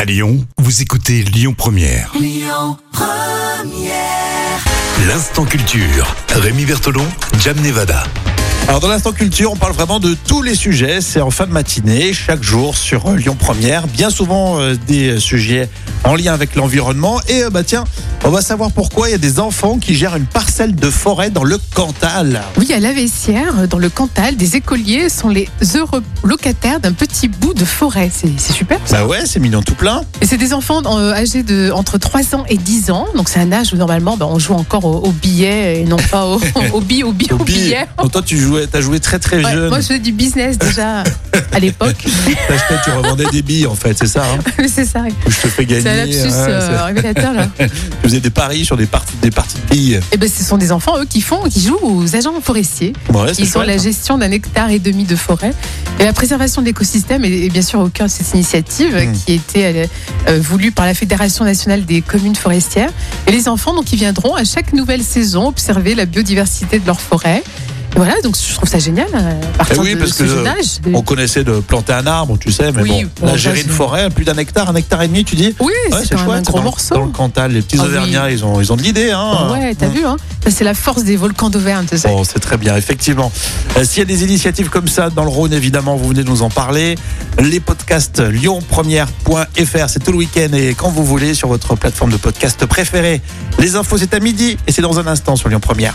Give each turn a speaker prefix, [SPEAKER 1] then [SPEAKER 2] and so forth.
[SPEAKER 1] À Lyon, vous écoutez Lyon Première. Lyon Première. L'instant culture. Rémi Bertolon, Jam Nevada.
[SPEAKER 2] Alors dans l'instant culture, on parle vraiment de tous les sujets. C'est en fin de matinée, chaque jour sur euh, Lyon Première. Bien souvent euh, des euh, sujets en lien avec l'environnement. Et euh, bah tiens, on va savoir pourquoi il y a des enfants qui gèrent une parcelle de forêt dans le Cantal.
[SPEAKER 3] Oui, à la Vessière, dans le Cantal, des écoliers sont les heureux locataires d'un petit bout de forêt. C'est c'est super.
[SPEAKER 2] Bah ouais, c'est mignon tout plein.
[SPEAKER 3] Et c'est des enfants euh, âgés de entre 3 ans et 10 ans. Donc c'est un âge où normalement bah, on joue encore au, au billet et non pas au, au bi, au bi, au
[SPEAKER 2] Billet.
[SPEAKER 3] billet.
[SPEAKER 2] Donc toi tu jouais, t'as joué très très
[SPEAKER 3] Ouais,
[SPEAKER 2] jeune.
[SPEAKER 3] moi je faisais du business déjà à l'époque.
[SPEAKER 2] T'achetais, tu revendais des billes en fait, c'est ça. hein
[SPEAKER 3] Mais c'est ça.
[SPEAKER 2] Ou je te fais gagner.
[SPEAKER 3] C'est un lapsus
[SPEAKER 2] ouais,
[SPEAKER 3] euh,
[SPEAKER 2] c'est-
[SPEAKER 3] révélateur là.
[SPEAKER 2] Tu faisais des paris sur des parties, des parties de billes.
[SPEAKER 3] Et ben ce sont des enfants eux qui font, qui jouent aux agents forestiers.
[SPEAKER 2] Ouais, c'est
[SPEAKER 3] Ils ont
[SPEAKER 2] chouette,
[SPEAKER 3] la
[SPEAKER 2] hein.
[SPEAKER 3] gestion d'un hectare et demi de forêt. Et la préservation de l'écosystème est est bien sûr au cœur de cette initiative euh,
[SPEAKER 2] Mm.
[SPEAKER 3] qui était euh, euh, voulue par la Fédération nationale des communes forestières. Et les enfants, donc, ils viendront à chaque nouvelle saison observer la biodiversité de leur forêt. Et voilà, donc je trouve ça génial euh, à partir
[SPEAKER 2] oui,
[SPEAKER 3] de
[SPEAKER 2] parce
[SPEAKER 3] ce
[SPEAKER 2] que,
[SPEAKER 3] jeune
[SPEAKER 2] euh,
[SPEAKER 3] âge.
[SPEAKER 2] On connaissait de planter un arbre, tu sais, mais
[SPEAKER 3] Oui,
[SPEAKER 2] bon,
[SPEAKER 3] bon,
[SPEAKER 2] là,
[SPEAKER 3] ça,
[SPEAKER 2] gérer une
[SPEAKER 3] c'est-
[SPEAKER 2] forêt, plus d'un hectare, un hectare et demi, tu dis
[SPEAKER 3] Oui,
[SPEAKER 2] Ouais,
[SPEAKER 3] c'est quand même un
[SPEAKER 2] chouette,
[SPEAKER 3] gros
[SPEAKER 2] dans, le-
[SPEAKER 3] morceau.
[SPEAKER 2] Dans le Cantal, les petits
[SPEAKER 3] Ah oui.
[SPEAKER 2] Auvergnats, ils, ont, ils ont de l'idée. Hein.
[SPEAKER 3] ouais, t'as
[SPEAKER 2] Mm.
[SPEAKER 3] vu, hein Ça, c'est la force des volcans d'Auvergne, tu sais.
[SPEAKER 2] Bon, c'est très bien, effectivement. Euh, S'il y a des initiatives comme ça dans le Rhône, évidemment, vous venez de nous en parler. Les podcasts lyonpremière.fr, c'est tout le week-end et quand vous voulez sur votre plateforme de podcast préférée. Les infos, c'est à midi et c'est dans un instant sur Lyon Première.